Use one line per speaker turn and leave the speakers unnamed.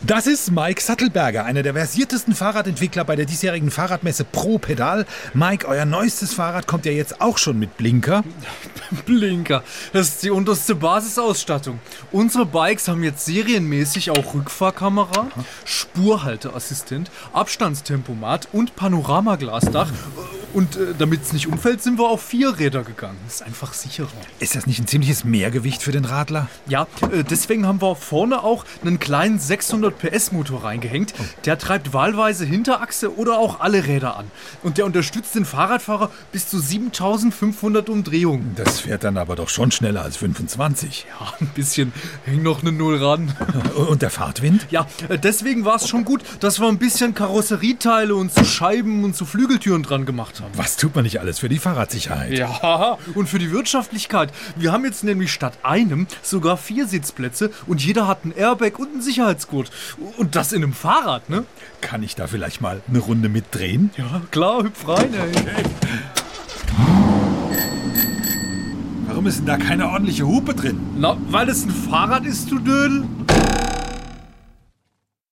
Das ist Mike Sattelberger, einer der versiertesten Fahrradentwickler bei der diesjährigen Fahrradmesse Pro Pedal. Mike, euer neuestes Fahrrad kommt ja jetzt auch schon mit Blinker.
Blinker, das ist die unterste Basisausstattung. Unsere Bikes haben jetzt serienmäßig auch Rückfahrkamera, Spurhalteassistent, Abstandstempomat und Panoramaglasdach. Und äh, damit es nicht umfällt, sind wir auf vier Räder gegangen. Ist einfach sicherer.
Ist das nicht ein ziemliches Mehrgewicht für den Radler?
Ja, äh, deswegen haben wir vorne auch einen kleinen 600 PS Motor reingehängt. Der treibt wahlweise Hinterachse oder auch alle Räder an. Und der unterstützt den Fahrradfahrer bis zu 7500 Umdrehungen.
Das fährt dann aber doch schon schneller als 25.
Ja, ein bisschen hängt noch eine Null ran.
Und der Fahrtwind?
Ja, äh, deswegen war es schon gut, dass wir ein bisschen Karosserieteile und zu Scheiben und zu Flügeltüren dran gemacht haben.
Was tut man nicht alles für die Fahrradsicherheit?
Ja, und für die Wirtschaftlichkeit. Wir haben jetzt nämlich statt einem sogar vier Sitzplätze und jeder hat ein Airbag und einen Sicherheitsgurt. Und das in einem Fahrrad, ne?
Kann ich da vielleicht mal eine Runde mitdrehen?
Ja, klar, hüpf rein, ey.
Warum ist denn da keine ordentliche Hupe drin?
Na, weil es ein Fahrrad ist, du Dödel?